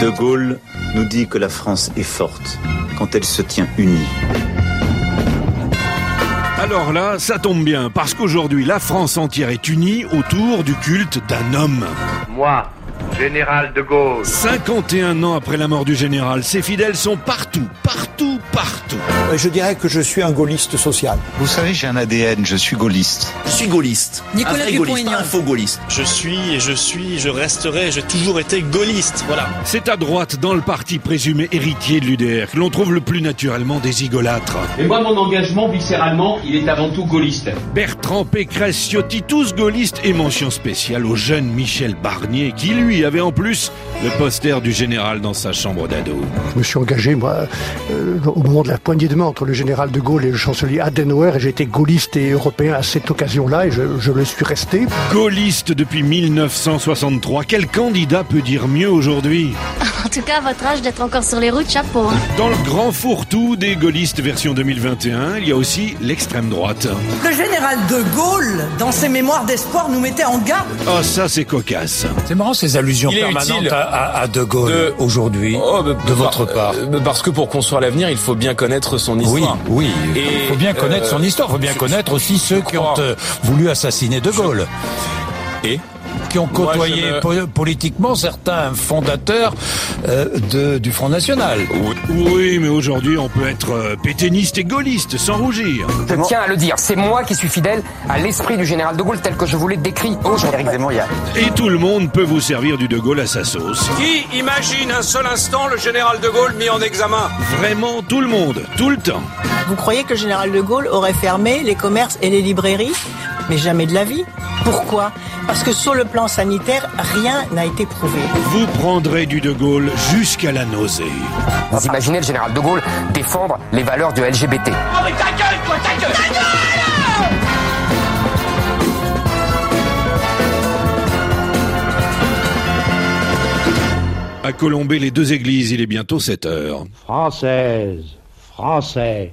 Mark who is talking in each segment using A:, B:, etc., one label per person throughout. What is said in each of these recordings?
A: De Gaulle nous dit que la France est forte quand elle se tient unie.
B: Alors là, ça tombe bien, parce qu'aujourd'hui, la France entière est unie autour du culte d'un homme.
C: Moi, général de Gaulle.
B: 51 ans après la mort du général, ses fidèles sont partout, partout, partout.
D: Je dirais que je suis un gaulliste social.
E: Vous savez, j'ai un ADN, je suis gaulliste.
F: Je suis gaulliste.
G: Nicolas
F: un gaulliste,
G: Dupont-Aignan.
F: pas un faux gaulliste.
H: Je suis et je suis, je resterai, j'ai toujours été gaulliste, voilà.
B: C'est à droite, dans le parti présumé héritier de l'UDR, que l'on trouve le plus naturellement des idolâtres.
I: Et moi, mon engagement, viscéralement, il est avant tout gaulliste.
B: Bertrand Pécresse, Ciotti, tous gaullistes, et mention spéciale au jeune Michel Barnier, qui lui avait en plus le poster du général dans sa chambre d'ado.
J: Je me suis engagé, moi, euh, au moment de la poignée de main entre le général de Gaulle et le chancelier Adenauer, et j'ai été gaulliste et européen à cette occasion-là, et je, je le suis resté.
B: Gaulliste depuis 1963, quel candidat peut dire mieux aujourd'hui
K: En tout cas, à votre âge d'être encore sur les routes, chapeau. hein.
B: Dans le grand fourre-tout des gaullistes version 2021, il y a aussi l'extrême droite.
L: Le général de Gaulle, dans ses mémoires d'espoir, nous mettait en garde.
B: Ah ça c'est cocasse.
M: C'est marrant ces allusions
N: Il est
M: permanentes
N: utile
M: à, à- à De Gaulle
N: de-
M: aujourd'hui,
N: Oh, bah,
M: de
N: bah,
M: votre part.
N: euh, parce que pour construire l'avenir, il faut bien connaître son
M: Oui,
N: histoire.
M: oui.
N: Et,
M: faut bien connaître
N: euh,
M: son histoire. Faut bien
N: je-
M: connaître
N: je-
M: aussi ceux
N: je
M: qui
N: crois.
M: ont euh, voulu assassiner De Gaulle.
N: Et
M: qui ont
N: Moi,
M: côtoyé
N: je ne-
M: po- politiquement certains fondateurs euh, de- du Front National.
B: Oui, mais aujourd'hui on peut être euh, pétainiste et gaulliste sans rougir.
O: Je tiens à le dire, c'est moi qui suis fidèle à l'esprit du général de Gaulle tel que je vous l'ai décrit aujourd'hui.
B: Et tout le monde peut vous servir du De Gaulle à sa sauce.
H: Qui imagine un seul instant le général de Gaulle mis en examen
B: Vraiment tout le monde, tout le temps.
P: Vous croyez que le général de Gaulle aurait fermé les commerces et les librairies Mais jamais de la vie. Pourquoi Parce que sur le plan sanitaire, rien n'a été prouvé.
B: Vous prendrez du De Gaulle jusqu'à la nausée.
O: Vous imaginez le général de Gaulle défendre les valeurs du LGBT.
B: À Colombey, les deux églises, il est bientôt 7 heures.
Q: Française, Français,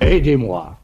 Q: aidez-moi.